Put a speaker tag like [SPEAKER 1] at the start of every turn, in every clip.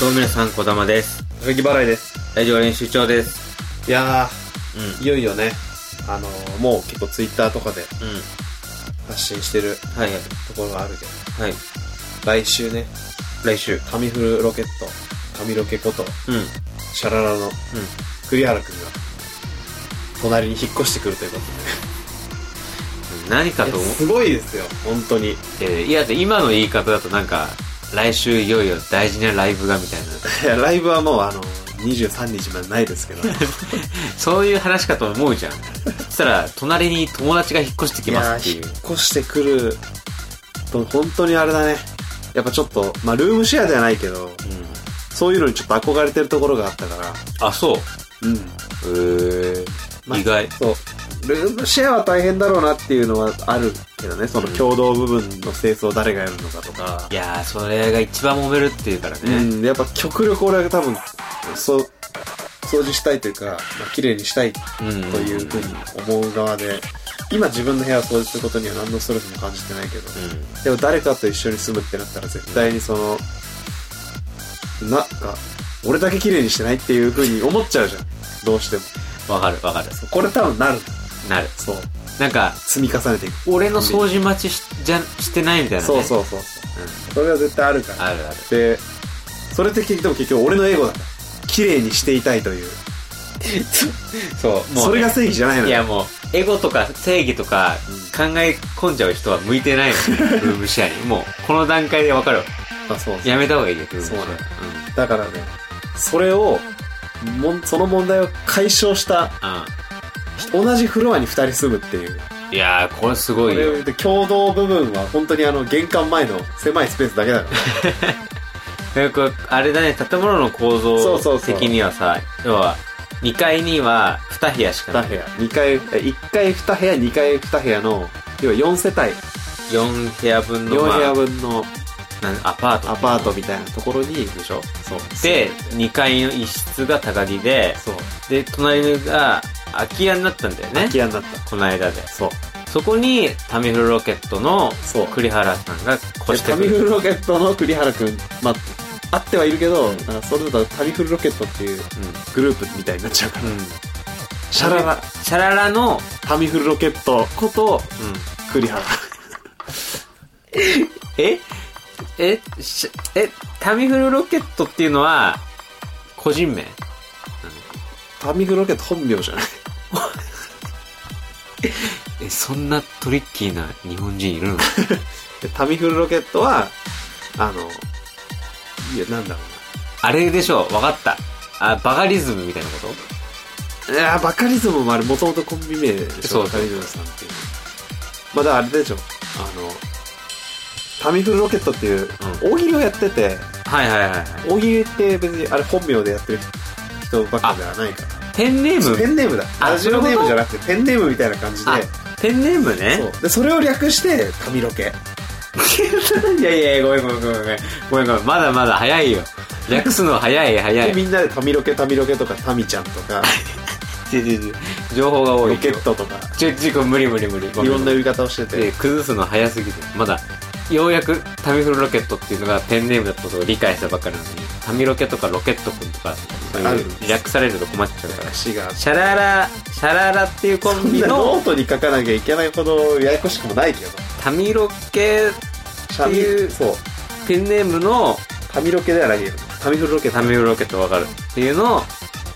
[SPEAKER 1] どうも皆さん、こだまです。
[SPEAKER 2] 高木払いです。
[SPEAKER 1] ラジオ練習長です。
[SPEAKER 2] いや
[SPEAKER 1] う
[SPEAKER 2] ー、いよいよね、あのー、もう結構ツイッターとかで
[SPEAKER 1] ん。うん。
[SPEAKER 2] 発信してる
[SPEAKER 1] はいはい。
[SPEAKER 2] ところがあるけど、
[SPEAKER 1] はい。
[SPEAKER 2] 来週ね、
[SPEAKER 1] 来週。
[SPEAKER 2] 神フルロケット、神ロケこと、
[SPEAKER 1] うん。うん。
[SPEAKER 2] シャララの栗原くんが、隣に引っ越してくるというこ
[SPEAKER 1] 何か
[SPEAKER 2] と
[SPEAKER 1] と
[SPEAKER 2] で。
[SPEAKER 1] 思
[SPEAKER 2] いうや。すごいですよ、本当に。
[SPEAKER 1] えーいや、で今の言い方だとなんか、来週いよいよ大事なライブがみたいな。
[SPEAKER 2] いや、 ライブはもうあのー、23日までないですけど。い
[SPEAKER 1] そういう話かと思うじゃん。そしたら、隣に友達が引っ越してき
[SPEAKER 2] や
[SPEAKER 1] ますって
[SPEAKER 2] ー、
[SPEAKER 1] い
[SPEAKER 2] 引
[SPEAKER 1] う
[SPEAKER 2] っ。越してくると、本当にあれだね。やっぱちょっと、まあ、ルームシェアではないけど、
[SPEAKER 1] うん。
[SPEAKER 2] そういうのにちょっと憧れてるところがあったから、
[SPEAKER 1] あ、そう。
[SPEAKER 2] うん。
[SPEAKER 1] へ
[SPEAKER 2] まあ
[SPEAKER 1] 意外。
[SPEAKER 2] そう。ルームシェアは大変だろうなっていうのはあるけどね、その共同部分の清掃を誰がやるのかとか
[SPEAKER 1] い。やー、それが一番揉めるっていうから
[SPEAKER 2] う
[SPEAKER 1] ね。
[SPEAKER 2] ん、やっぱ極力俺は多分、そう、掃除したいというか、まあ、綺麗にしたいと
[SPEAKER 1] うん。
[SPEAKER 2] いうふうに思う側で、今自分の部屋を掃除することには何のストレスも感じてないけど、
[SPEAKER 1] う
[SPEAKER 2] でも誰かと一緒に住むってなったら絶対にその、なんか、俺だけ綺麗にしてないっていうふうに思っちゃうじゃん。どうしても。
[SPEAKER 1] ん。わかるわかる。
[SPEAKER 2] そうこれ多分なる。
[SPEAKER 1] なる。
[SPEAKER 2] そう。
[SPEAKER 1] なんか、
[SPEAKER 2] 積み重ねていく。
[SPEAKER 1] 俺の掃除待ちしじゃしてないみたいな、ね。
[SPEAKER 2] そう
[SPEAKER 1] う。
[SPEAKER 2] そうそうそう。それは絶対あるか
[SPEAKER 1] ん。
[SPEAKER 2] ら。
[SPEAKER 1] あるある。
[SPEAKER 2] で、それって結局結局俺のエゴだから。綺麗にしていたいという。
[SPEAKER 1] そう。もうね
[SPEAKER 2] それが正義じゃないの
[SPEAKER 1] い
[SPEAKER 2] よ。
[SPEAKER 1] やもう、エゴとか正義とか考え込んじゃう人は向いてないの よ、ルームシェアに。もう、この段階で分かるわ。
[SPEAKER 2] あそうそう
[SPEAKER 1] やめた方がいいよ、ルームシェア。
[SPEAKER 2] そうねだからね、それを、もんその問題を解消した、同じフロアに二人住むっていう。
[SPEAKER 1] うん。うん。いやー、これす
[SPEAKER 2] こ
[SPEAKER 1] ごいよ。
[SPEAKER 2] れで共同部分は本当にあの玄関前の狭いスペースだけだから。
[SPEAKER 1] なんかあれだね、建物の構
[SPEAKER 2] そうそ
[SPEAKER 1] 造
[SPEAKER 2] うそう
[SPEAKER 1] 的にはさ、要は、2階には2部屋しかな
[SPEAKER 2] 2
[SPEAKER 1] い。
[SPEAKER 2] 部屋。 二階、え1階2部屋、2階2部屋の、要は4世帯、
[SPEAKER 1] 4部屋分の、
[SPEAKER 2] 4
[SPEAKER 1] まあ
[SPEAKER 2] 部屋分の
[SPEAKER 1] なんアパート。
[SPEAKER 2] アパートみたいなところに、
[SPEAKER 1] でしょ
[SPEAKER 2] そう。
[SPEAKER 1] で、2階の一室が高木で、
[SPEAKER 2] そう。
[SPEAKER 1] で、隣が空き家になったんだよね
[SPEAKER 2] 空き。家になった。
[SPEAKER 1] この間で。
[SPEAKER 2] そう。
[SPEAKER 1] そこに、タミフルロケットの
[SPEAKER 2] そう
[SPEAKER 1] 栗原さんが越して
[SPEAKER 2] タ
[SPEAKER 1] く
[SPEAKER 2] ミフ
[SPEAKER 1] る。
[SPEAKER 2] ルロケットの栗原くん、まあ、あってはいるけど、なんかそれだとタミフルロケットっていうグループみたいになっちゃうから。
[SPEAKER 1] うん。うん。
[SPEAKER 2] シャララ、
[SPEAKER 1] シャララの、
[SPEAKER 2] タミフルロケットこと
[SPEAKER 1] うん。
[SPEAKER 2] 栗原。
[SPEAKER 1] ええしえ、タミフルロケットっていうのは、個人名
[SPEAKER 2] タミフルロケット本名じゃない。
[SPEAKER 1] え、そんなトリッキーな日本人いるの
[SPEAKER 2] でタミフルロケットは、あの、いや、なんだろ
[SPEAKER 1] あれでしょわかった。あ、バカリズムみたいなこ
[SPEAKER 2] うな。いや、バカリズムもあれ、もともとコンビ名でし
[SPEAKER 1] そう
[SPEAKER 2] ょ、バカリズムさんっていう。まあ、だからあれでしょ、あの、タミフルロケットっていう、大喜利をやってて、
[SPEAKER 1] とはいはいはいはい。
[SPEAKER 2] 大喜利って別にあれ本名でやってる人ばっかではないから
[SPEAKER 1] ペンネー
[SPEAKER 2] ペ
[SPEAKER 1] ム
[SPEAKER 2] ンネームだ
[SPEAKER 1] あ
[SPEAKER 2] ラジオネームじゃなくてペンネームみたいな感じで
[SPEAKER 1] あ、ペンネームね。
[SPEAKER 2] そうでそれを略して髪ロケ
[SPEAKER 1] いやいやいや、ごめんごめんごめんごめん。ごめんごめん。まだまだ早いよ。略すの早い早
[SPEAKER 2] で
[SPEAKER 1] い。
[SPEAKER 2] みんなで髪ロケ髪ロケとかタミちゃんとか
[SPEAKER 1] 違う違う違う情報が多い
[SPEAKER 2] ロ
[SPEAKER 1] よ
[SPEAKER 2] ケットとか
[SPEAKER 1] ちょちょ無理無理無理
[SPEAKER 2] いろんな
[SPEAKER 1] え
[SPEAKER 2] 呼び方をしてて
[SPEAKER 1] ー崩すの早すぎてまだようやくタミフルロケットっていうのがペンネームだったことを理解したばっかりなのにタミロケとかロケットくんとかそう
[SPEAKER 2] あ
[SPEAKER 1] い
[SPEAKER 2] る
[SPEAKER 1] う略されると困っちゃうから
[SPEAKER 2] 私が
[SPEAKER 1] シャララシャララっていうコ
[SPEAKER 2] そ
[SPEAKER 1] ン
[SPEAKER 2] ん
[SPEAKER 1] ビ
[SPEAKER 2] なノ
[SPEAKER 1] の
[SPEAKER 2] ートに書かなきゃいけないほどややこしくもないけど
[SPEAKER 1] タミロケ
[SPEAKER 2] タミ
[SPEAKER 1] っていう
[SPEAKER 2] そう
[SPEAKER 1] ペンネームの
[SPEAKER 2] 髪ロケではないよ髪フルロケ
[SPEAKER 1] タミフルロケットわかるっていうの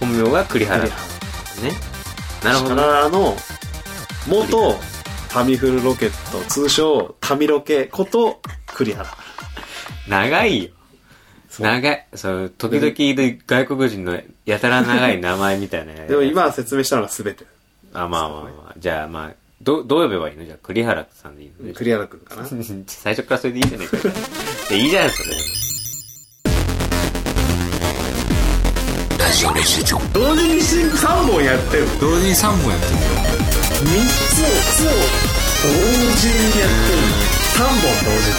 [SPEAKER 1] 本名が栗原
[SPEAKER 2] な
[SPEAKER 1] ねなるほどね
[SPEAKER 2] あの元タミフルロケット通称タミロケこと栗原
[SPEAKER 1] 長いよ。
[SPEAKER 2] そう
[SPEAKER 1] 長い。そう、時々いる外国人のやたら長い名前みたいな。
[SPEAKER 2] でも今説明したのが全て
[SPEAKER 1] あ、まあまあまあ。じゃあまあ、ど、どう呼べばいいのじゃあ、栗原さんでいいの、
[SPEAKER 2] 栗原くんかな
[SPEAKER 1] 最初からそれでいいじゃないかよ。でいいじゃん、それ。同時に3本やってる
[SPEAKER 2] 同時にシンク3本やってる3つをつを同時にやってる3本同時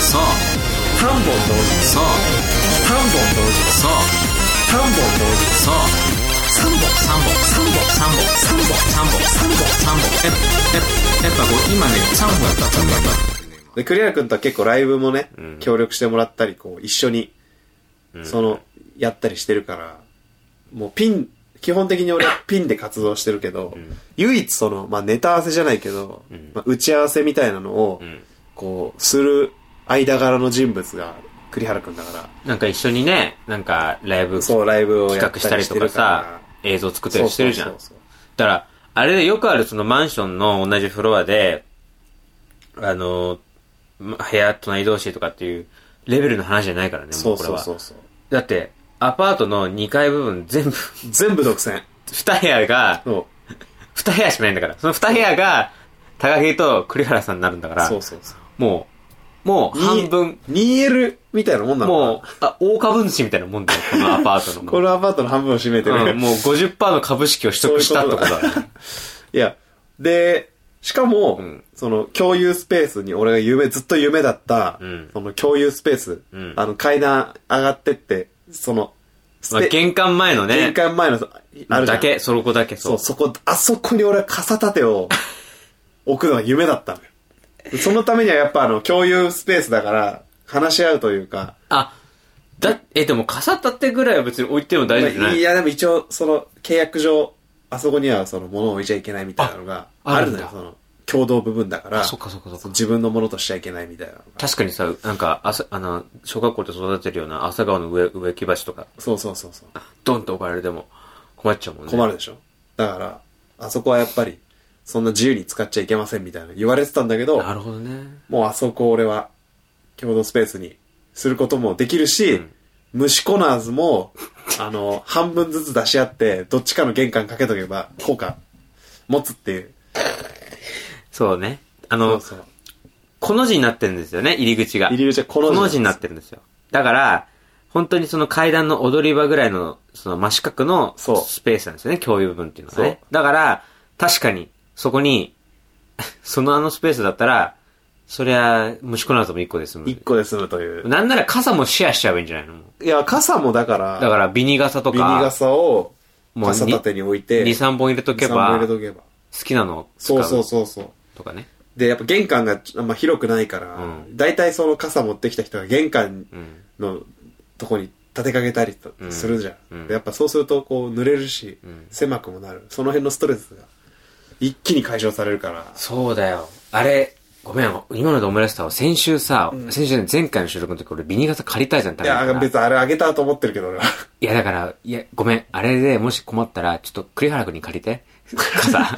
[SPEAKER 1] そう、
[SPEAKER 2] 3本同時
[SPEAKER 1] そう、
[SPEAKER 2] 3本同時
[SPEAKER 1] そう、
[SPEAKER 2] 3本同時
[SPEAKER 1] そう、
[SPEAKER 2] 3本
[SPEAKER 1] 3本、3本、
[SPEAKER 2] 3本3本
[SPEAKER 1] 3本、3本、え、え、やっぱこう、今ね、3本やった、3本やっ
[SPEAKER 2] で栗原くんとは結構ライブもね、
[SPEAKER 1] うん
[SPEAKER 2] 協力してもらったりこう一緒に、
[SPEAKER 1] うん
[SPEAKER 2] そのやったりしてるから、もうピン、基本的に俺はピンで活動してるけど、
[SPEAKER 1] うん
[SPEAKER 2] 唯一その、まあ、ネタ合わせじゃないけど、
[SPEAKER 1] うん
[SPEAKER 2] まあ、打ち合わせみたいなのを、
[SPEAKER 1] うん。
[SPEAKER 2] こう、する間柄の人物が栗原くんだから、
[SPEAKER 1] なんか一緒にね、なんかライブ
[SPEAKER 2] そう、ライブをや
[SPEAKER 1] 企
[SPEAKER 2] った
[SPEAKER 1] 画
[SPEAKER 2] り
[SPEAKER 1] したり
[SPEAKER 2] して
[SPEAKER 1] と
[SPEAKER 2] る
[SPEAKER 1] か
[SPEAKER 2] から
[SPEAKER 1] さ、、映像作ったりしてるじゃん。
[SPEAKER 2] そうそうそう
[SPEAKER 1] だから、あれでよくあるそのマンションの同じフロアで、あの、ま部屋隣同士とかっていうレベルの話じゃないからね、
[SPEAKER 2] そ
[SPEAKER 1] も
[SPEAKER 2] う
[SPEAKER 1] うこれ
[SPEAKER 2] そう
[SPEAKER 1] は。
[SPEAKER 2] そうそう。
[SPEAKER 1] だって、アパートの2階部分全部、
[SPEAKER 2] 全部独占。
[SPEAKER 1] 2部屋が、
[SPEAKER 2] そう
[SPEAKER 1] 2部屋しかないんだから。その2部屋が、高木と栗原さんになるんだから、
[SPEAKER 2] そうそうそう。
[SPEAKER 1] もう、もう半分、
[SPEAKER 2] 2L みたいなもんなのかな
[SPEAKER 1] もう、あ、大株主みたいなもんだよ、このアパ ートの。
[SPEAKER 2] このアパートの半分を占めてる。
[SPEAKER 1] うん、もう50%の株式を取得したってことだね。
[SPEAKER 2] いや、で、しかも、
[SPEAKER 1] うん
[SPEAKER 2] その共有スペースに俺が夢、ずっと夢だった、
[SPEAKER 1] うん
[SPEAKER 2] その共有スペース、
[SPEAKER 1] うん
[SPEAKER 2] あの階段上がってって、その、ス
[SPEAKER 1] まあ
[SPEAKER 2] ペ
[SPEAKER 1] 玄関前のね
[SPEAKER 2] 玄、関前の、あるじゃん
[SPEAKER 1] だけ、そこだけ
[SPEAKER 2] そう、そこ、あそこに俺は傘立てを置くのが夢だったのよ。そのためにはやっぱあの、共有スペースだから、話し合うというか、
[SPEAKER 1] あ、だ、え、でも傘立てぐらいは別に置いても大丈夫じゃ
[SPEAKER 2] まあ
[SPEAKER 1] ないい
[SPEAKER 2] や、でも一応、その、契約上、あそこにはその、物を置いちゃいけないみたいなのが、
[SPEAKER 1] あ
[SPEAKER 2] あるの
[SPEAKER 1] あ
[SPEAKER 2] よ、
[SPEAKER 1] るん
[SPEAKER 2] その、共同部分だから、
[SPEAKER 1] あそっかそっかそっか
[SPEAKER 2] 自分のものとしちゃいけないみたいなのが。
[SPEAKER 1] 確かにさ、なんか、朝、あの、小学校で育てるような朝顔の植植木鉢とか、
[SPEAKER 2] そうそうそうそう。
[SPEAKER 1] ドンって置かれても困っちゃうもんね。
[SPEAKER 2] 困るでしょ。だから、あそこはやっぱり、そんな自由に使っちゃいけませんみたいな言われてたんだけど、
[SPEAKER 1] なるほどね。
[SPEAKER 2] もうあそこ俺は、共同スペースにすることもできるし、虫コナーズも、あの、半分ずつ出し合って、どっちかの玄関かけとけば、効果、持つっていう。
[SPEAKER 1] そうね。あ
[SPEAKER 2] そ
[SPEAKER 1] の
[SPEAKER 2] う、そう。
[SPEAKER 1] この字になってるんですよね、入り口が。
[SPEAKER 2] 入り口はこの字
[SPEAKER 1] こ
[SPEAKER 2] なん
[SPEAKER 1] の
[SPEAKER 2] です
[SPEAKER 1] 字になってるんですよ。だから、本当にその階段の踊り場ぐらいの、その真四角の
[SPEAKER 2] そう
[SPEAKER 1] スペースなんですよね、共有部分っていうのは
[SPEAKER 2] そう
[SPEAKER 1] ね。だから、確かに、そこに、 そのあのスペースだったら、そりゃ、虫コナーズも1個で済むんで
[SPEAKER 2] 一。個で済むという。
[SPEAKER 1] なんなら傘もシェアしちゃえばいいんじゃないの
[SPEAKER 2] いや、傘もだから、
[SPEAKER 1] だから、ビニ傘と
[SPEAKER 2] ビニ
[SPEAKER 1] か、
[SPEAKER 2] 傘を
[SPEAKER 1] もう
[SPEAKER 2] 傘立てに置いて、
[SPEAKER 1] 2、3本入れとけ
[SPEAKER 2] 2 3本入
[SPEAKER 1] ば、
[SPEAKER 2] れ
[SPEAKER 1] 好
[SPEAKER 2] とけば。
[SPEAKER 1] きなのを使
[SPEAKER 2] そううそうそうそう。
[SPEAKER 1] とかね。
[SPEAKER 2] で、やっぱ玄関があんま広くないから、
[SPEAKER 1] うん
[SPEAKER 2] 大体その傘持ってきた人が玄関
[SPEAKER 1] うん。
[SPEAKER 2] のとこに立てかけたりと
[SPEAKER 1] うん
[SPEAKER 2] するじゃん。
[SPEAKER 1] うん
[SPEAKER 2] でやっぱそうするとこう濡れるし、
[SPEAKER 1] うん
[SPEAKER 2] 狭くもなる。その辺のストレスが一気に解消されるから、
[SPEAKER 1] そうだよ。あれ、ごめん、今ので思い出したわ。先週さ、先週ね、前回の収録の時俺ビニ傘借りたいじゃん、
[SPEAKER 2] い
[SPEAKER 1] い
[SPEAKER 2] や、
[SPEAKER 1] い
[SPEAKER 2] 別にあれあげたと思ってるけど俺は。
[SPEAKER 1] や、だから、いや、ごめん、あれでもし困ったら、ちょっと栗原くんに借りて。 傘。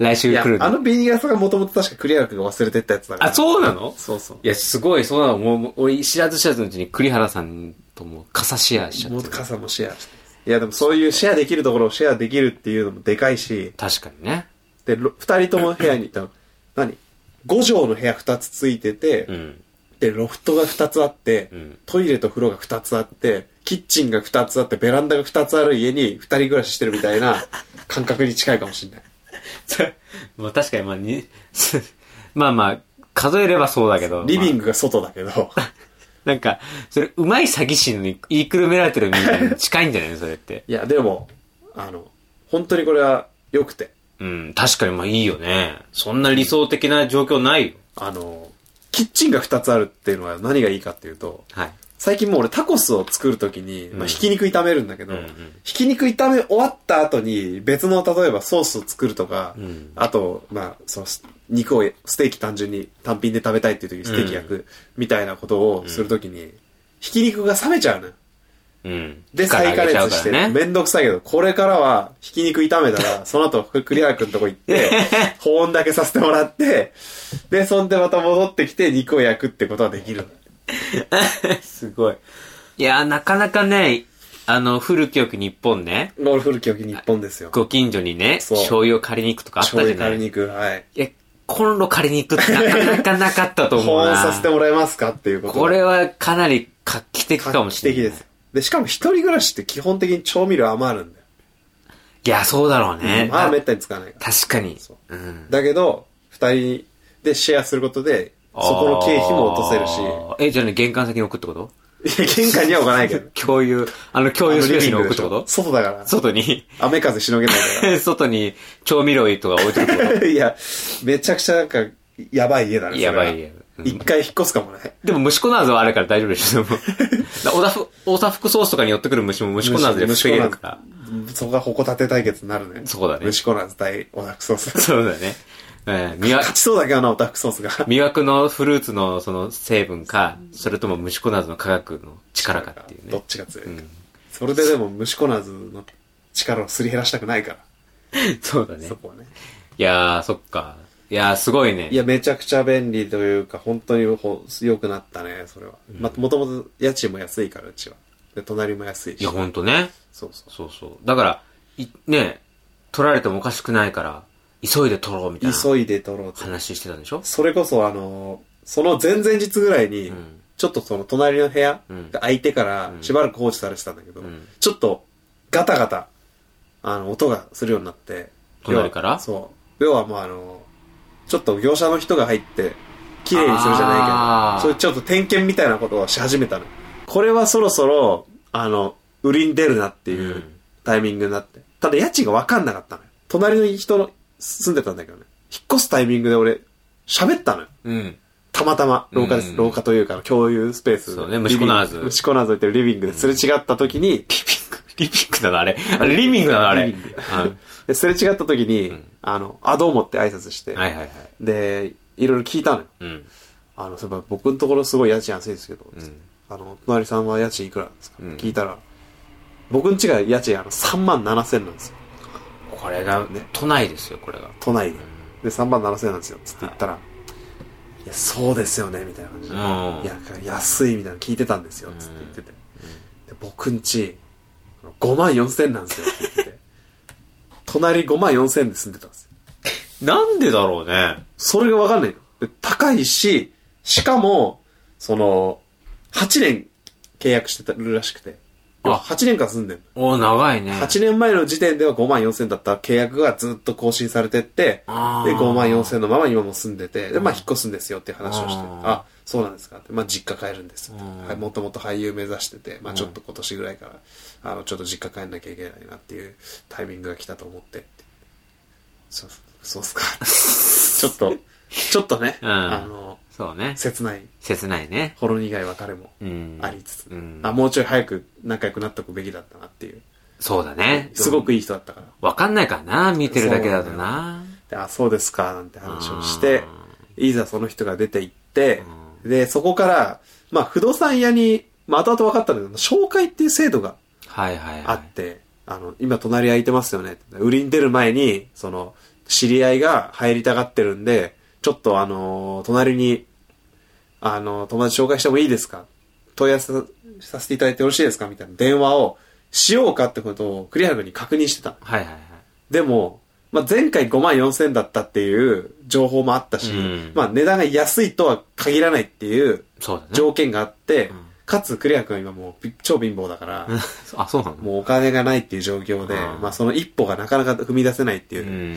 [SPEAKER 1] 来
[SPEAKER 2] い
[SPEAKER 1] 週
[SPEAKER 2] や
[SPEAKER 1] 来るんで
[SPEAKER 2] あのビニ傘がもともと確かクリア君が忘れてったやつだから。
[SPEAKER 1] あ、そうなの
[SPEAKER 2] そうそう。
[SPEAKER 1] いや、すごい、そうなの。もうもう、俺、知らず知らずのうちに栗原さんとも傘シェアしちゃ
[SPEAKER 2] も
[SPEAKER 1] っ
[SPEAKER 2] う
[SPEAKER 1] てる。
[SPEAKER 2] 傘もシェアしていやでもそういうシェアできるところをシェアできるっていうのもでかいし、
[SPEAKER 1] 確かにね。
[SPEAKER 2] で、ろ二人とも部屋に、多分何 ?5 畳の部屋2つついてて、
[SPEAKER 1] うん。
[SPEAKER 2] で、ロフトが2つあって、
[SPEAKER 1] うん
[SPEAKER 2] トイレと風呂が2つあって、キッチンが2つあって、ベランダが2つある家に2人暮らししてるみたい な感覚に近いかもしれない。
[SPEAKER 1] まあ、確かに、まあ、に、 まあまあ、数えればそうだけど。
[SPEAKER 2] リビ
[SPEAKER 1] グ
[SPEAKER 2] ングが外だけど、
[SPEAKER 1] なんか、それ、うまい詐欺師に言いくるめられてるみたいに近いんじゃないのそれって。
[SPEAKER 2] いや、でも、あの、本当にこれは良くて、
[SPEAKER 1] うん、確かにまあいいよね。そんな理想的な状況ないよ。
[SPEAKER 2] あの、キッチンが2つあるっていうのは何がいいかっていうと、
[SPEAKER 1] はい。
[SPEAKER 2] 最近もう俺タコスを作るときに、まあ、
[SPEAKER 1] うん
[SPEAKER 2] ひき肉炒めるんだけど、
[SPEAKER 1] うんうん
[SPEAKER 2] ひき肉炒め終わった後に別の例えばソースを作るとか、
[SPEAKER 1] うん
[SPEAKER 2] あと、まあ、そのス肉をステーキ単純に単品で食べたいっていう時にステーキ焼くみたいなことをするときに、ひき肉が冷めちゃうのよ。
[SPEAKER 1] うん。
[SPEAKER 2] で、
[SPEAKER 1] 火
[SPEAKER 2] 再加熱して、
[SPEAKER 1] ね。
[SPEAKER 2] めんどくさいけど、これからは、ひき肉炒め たら、その後、栗原くんとこ行って、保温だけさせてもらって、で、そんでまた戻ってきて、肉を焼くってことはで きる。
[SPEAKER 1] すごい。いやー、なかなかね、あの、古き良き日本ね、
[SPEAKER 2] ロールフル記憶日本ですよ。
[SPEAKER 1] ご近所にね、
[SPEAKER 2] そう
[SPEAKER 1] 醤油を借りに行くとかあった
[SPEAKER 2] 醤
[SPEAKER 1] じゃな
[SPEAKER 2] 油借
[SPEAKER 1] い
[SPEAKER 2] り肉、はい。
[SPEAKER 1] いや、コンロ借りに行くってなかなかなかったと思
[SPEAKER 2] 保
[SPEAKER 1] う
[SPEAKER 2] 温
[SPEAKER 1] な。
[SPEAKER 2] させてもらえますかっていうこと。
[SPEAKER 1] これはかなり画期的かもしれない。
[SPEAKER 2] 画期的です。で、しかも一人暮らしって基本的に調味料余るんだよ。
[SPEAKER 1] いや、そうだろうね。
[SPEAKER 2] まあ、め
[SPEAKER 1] だ
[SPEAKER 2] ったに使わないから。
[SPEAKER 1] 確かに
[SPEAKER 2] そ
[SPEAKER 1] う
[SPEAKER 2] う。
[SPEAKER 1] ん。
[SPEAKER 2] だけど、二人でシェアすることで、そこの経費も落とせるし、
[SPEAKER 1] あー。え、じゃあね、玄関先に置くってこと
[SPEAKER 2] いや玄関には置かないけど。
[SPEAKER 1] 共有、あの共有スペースに置くってこと
[SPEAKER 2] 外だから。
[SPEAKER 1] 外に、
[SPEAKER 2] 雨風しのげないか
[SPEAKER 1] 外に調味料とか置いてるってこ
[SPEAKER 2] ら。いや、めちゃくちゃなんか、やばい家だね。それは
[SPEAKER 1] やばい家うん
[SPEAKER 2] 一回引っ越すかも ね。
[SPEAKER 1] でも虫コナーズはあるから大丈夫で しょ、でもだオダフオタフクソースとかに寄ってくる虫も虫コナーズで防げるから。
[SPEAKER 2] うんそこが矛盾対決になるね。
[SPEAKER 1] そうだね
[SPEAKER 2] 虫コナーズ対オタクソース。
[SPEAKER 1] そうだね。うん、魅惑
[SPEAKER 2] 勝ちそうだけどな、オタクソースが。
[SPEAKER 1] 魅惑のフルーツのその成分か、それとも虫コナーズの科学の力かっていう
[SPEAKER 2] どっ
[SPEAKER 1] ね。
[SPEAKER 2] ちが強いうか。
[SPEAKER 1] ん、
[SPEAKER 2] それででも虫コナーズの力をすり減らしたくないから。
[SPEAKER 1] そうだね
[SPEAKER 2] そ。こはね。
[SPEAKER 1] いやー、そっか。いやー、すごいね。
[SPEAKER 2] いや、めちゃくちゃ便利というか、本当にほ良くなったね、それは。まあ、もともと家賃も安いから、うちは。で、隣も安い
[SPEAKER 1] い
[SPEAKER 2] し
[SPEAKER 1] や、。ほんとね。
[SPEAKER 2] そうそう。
[SPEAKER 1] そうそう。だから、いね、取られてもおかしくないから、急いで取ろうみたいな
[SPEAKER 2] 急いで取ろうと。
[SPEAKER 1] 話してたんでしょ
[SPEAKER 2] それこそ、あの、その前々日ぐらいに、
[SPEAKER 1] うん
[SPEAKER 2] ちょっとその隣の部屋
[SPEAKER 1] うん
[SPEAKER 2] が空いてから、
[SPEAKER 1] ん
[SPEAKER 2] しばらく放置されてたんだけど、
[SPEAKER 1] うん
[SPEAKER 2] ちょっと、ガタガタ、あの、音がするようになって。
[SPEAKER 1] 隣から
[SPEAKER 2] 要はそう。要はもうあの、ちょっと業者の人が入って、綺麗にするじゃ
[SPEAKER 1] あ
[SPEAKER 2] な
[SPEAKER 1] ー
[SPEAKER 2] いけど、そういうちょっと点検みたいなことをし始めたの。これはそろそろ、あの、売りに出るなっていううんタイミングになって。ただ家賃がわかんなかったのよ。隣の人の住んでたんだけどね。引っ越すタイミングで俺、喋ったのよ。
[SPEAKER 1] うん。
[SPEAKER 2] たまたま、廊下です。
[SPEAKER 1] うん
[SPEAKER 2] 廊下というか、共有スペース。
[SPEAKER 1] そうね虫コナーズ
[SPEAKER 2] リビング虫コナーズ置いてるリビングですれ違った時
[SPEAKER 1] リ
[SPEAKER 2] に、
[SPEAKER 1] ビング、リビングなのあれ。あれ、リビングなのあれ。
[SPEAKER 2] リ
[SPEAKER 1] う
[SPEAKER 2] ビング
[SPEAKER 1] ん
[SPEAKER 2] ですれ違った時に、
[SPEAKER 1] ん
[SPEAKER 2] あの、あ、どうもって挨拶して、
[SPEAKER 1] はいはいはい。
[SPEAKER 2] で、いろいろ聞いたのよ。
[SPEAKER 1] うん。
[SPEAKER 2] あの、そういえば僕のところすごい家賃安いですけど、
[SPEAKER 1] ん
[SPEAKER 2] あの、お隣さんは家賃いくらなんですか、
[SPEAKER 1] うん
[SPEAKER 2] 聞いたら、僕ん家が家賃あの3万7千なんですよ。
[SPEAKER 1] これが
[SPEAKER 2] ね、
[SPEAKER 1] 都内ですよ、これが。
[SPEAKER 2] 都内で。で、3万7千なんですよ。つって言ったら、いや、そうですよね、みたいな感じで。
[SPEAKER 1] うん
[SPEAKER 2] いや、安いみたいなの聞いてたんですよ、つって言ってて。で僕んち、5万4千なんですよ、って言ってて。隣5万4千で住んでたんですよ。
[SPEAKER 1] なんでだろうね。
[SPEAKER 2] それがわかんないの。で高いし、しかも、その、8年契約してるらしくて。
[SPEAKER 1] あ
[SPEAKER 2] 8年間住んでる。
[SPEAKER 1] お長いね。
[SPEAKER 2] 8年前の時点では5万4千だった契約がずっと更新されてって、で、
[SPEAKER 1] あー
[SPEAKER 2] 5万4千のまま今も住んでて、で、まあ引っ越すんですよっていう話をして、
[SPEAKER 1] あー
[SPEAKER 2] あ、そうなんですかって、まあ実家帰るんですって
[SPEAKER 1] うん
[SPEAKER 2] はい、もともと俳優目指してて、まあちょっと今年ぐらいから、あの、ちょっと実家帰んなきゃいけないなっていうタイミングが来たと思ってって、そう、そうっすか。 ちょっと、ちょっとね、
[SPEAKER 1] うん
[SPEAKER 2] あの、
[SPEAKER 1] そうね。
[SPEAKER 2] 切ない、
[SPEAKER 1] 切ないね。
[SPEAKER 2] ほろ苦い別れも
[SPEAKER 1] うん。
[SPEAKER 2] ありつつ、
[SPEAKER 1] うん
[SPEAKER 2] あ、もうちょい早く仲良くなっとくべきだったなっていう。
[SPEAKER 1] そうだね。
[SPEAKER 2] すごくいい人だったから。
[SPEAKER 1] わかんないからな、見てるだけだとな。
[SPEAKER 2] であ、そうですか、なんて話をして、いざその人が出て行って、で、そこから、まあ、不動産屋に、まあ、後々分かったんだけど、紹介っていう制度が
[SPEAKER 1] はいはい
[SPEAKER 2] あ
[SPEAKER 1] は
[SPEAKER 2] って、あの、今隣空いてますよね。売りに出る前に、その、知り合いが入りたがってるんで、ちょっとあのー隣に、あのー友達紹介してもいいですか問い合わせさせていただいてよろしいですかみたいな電話をしようかってことを栗原君に確認してた。
[SPEAKER 1] い。はいはいはい。
[SPEAKER 2] でも、まあ、前回5万4千だったっていう情報もあったし、
[SPEAKER 1] うん
[SPEAKER 2] まあ値段が安いとは限らないっていう
[SPEAKER 1] そうだね。
[SPEAKER 2] 条件があって、
[SPEAKER 1] うん
[SPEAKER 2] かつ栗原君は今もうび超貧乏だから、
[SPEAKER 1] あ、そうなの
[SPEAKER 2] もうお金がないっていう状況で、
[SPEAKER 1] うん
[SPEAKER 2] まあその一歩がなかなか踏み出せないって
[SPEAKER 1] う。
[SPEAKER 2] いうん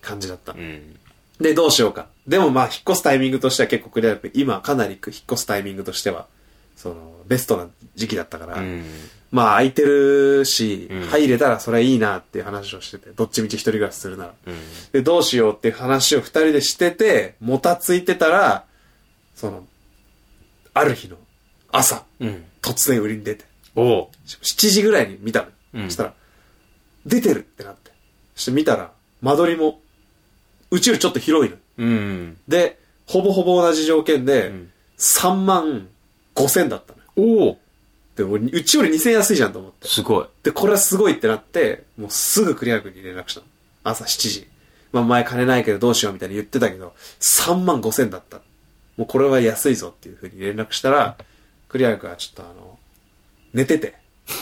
[SPEAKER 2] 感じだった。
[SPEAKER 1] うん。
[SPEAKER 2] で、どうしようか。でもまあ引っ越すタイミングとしては結構栗原君、今かなり引っ越すタイミングとしては、そのベストな時期だったから、
[SPEAKER 1] うん。
[SPEAKER 2] まあ空いてるし、
[SPEAKER 1] うん
[SPEAKER 2] 入れたらそれはいいなっていう話をしてて、どっちみち一人暮らしするなら。
[SPEAKER 1] うん。
[SPEAKER 2] で、どうしようっていう話を二人でしてて、もたついてたら、その、ある日の朝、
[SPEAKER 1] うん。
[SPEAKER 2] 突然売りに出て、
[SPEAKER 1] おう。
[SPEAKER 2] 7時ぐらいに見たの。
[SPEAKER 1] うん
[SPEAKER 2] そしたら、出てるってなって。そして見たら、間取りも、うちよりちょっと広いの。
[SPEAKER 1] うん。
[SPEAKER 2] で、ほぼほぼ同じ条件で、
[SPEAKER 1] ん
[SPEAKER 2] 3万5千だったのよ。
[SPEAKER 1] おう。
[SPEAKER 2] で、俺うちより2千安いじゃんと思って。
[SPEAKER 1] すごい。
[SPEAKER 2] で、これはすごいってなって、もうすぐ栗原君に連絡したの。朝7時。まあ前金ないけどどうしようみたいに言ってたけど、3万5千だった。もうこれは安いぞっていうふうに連絡したら、栗原君はちょっとあの、寝てて。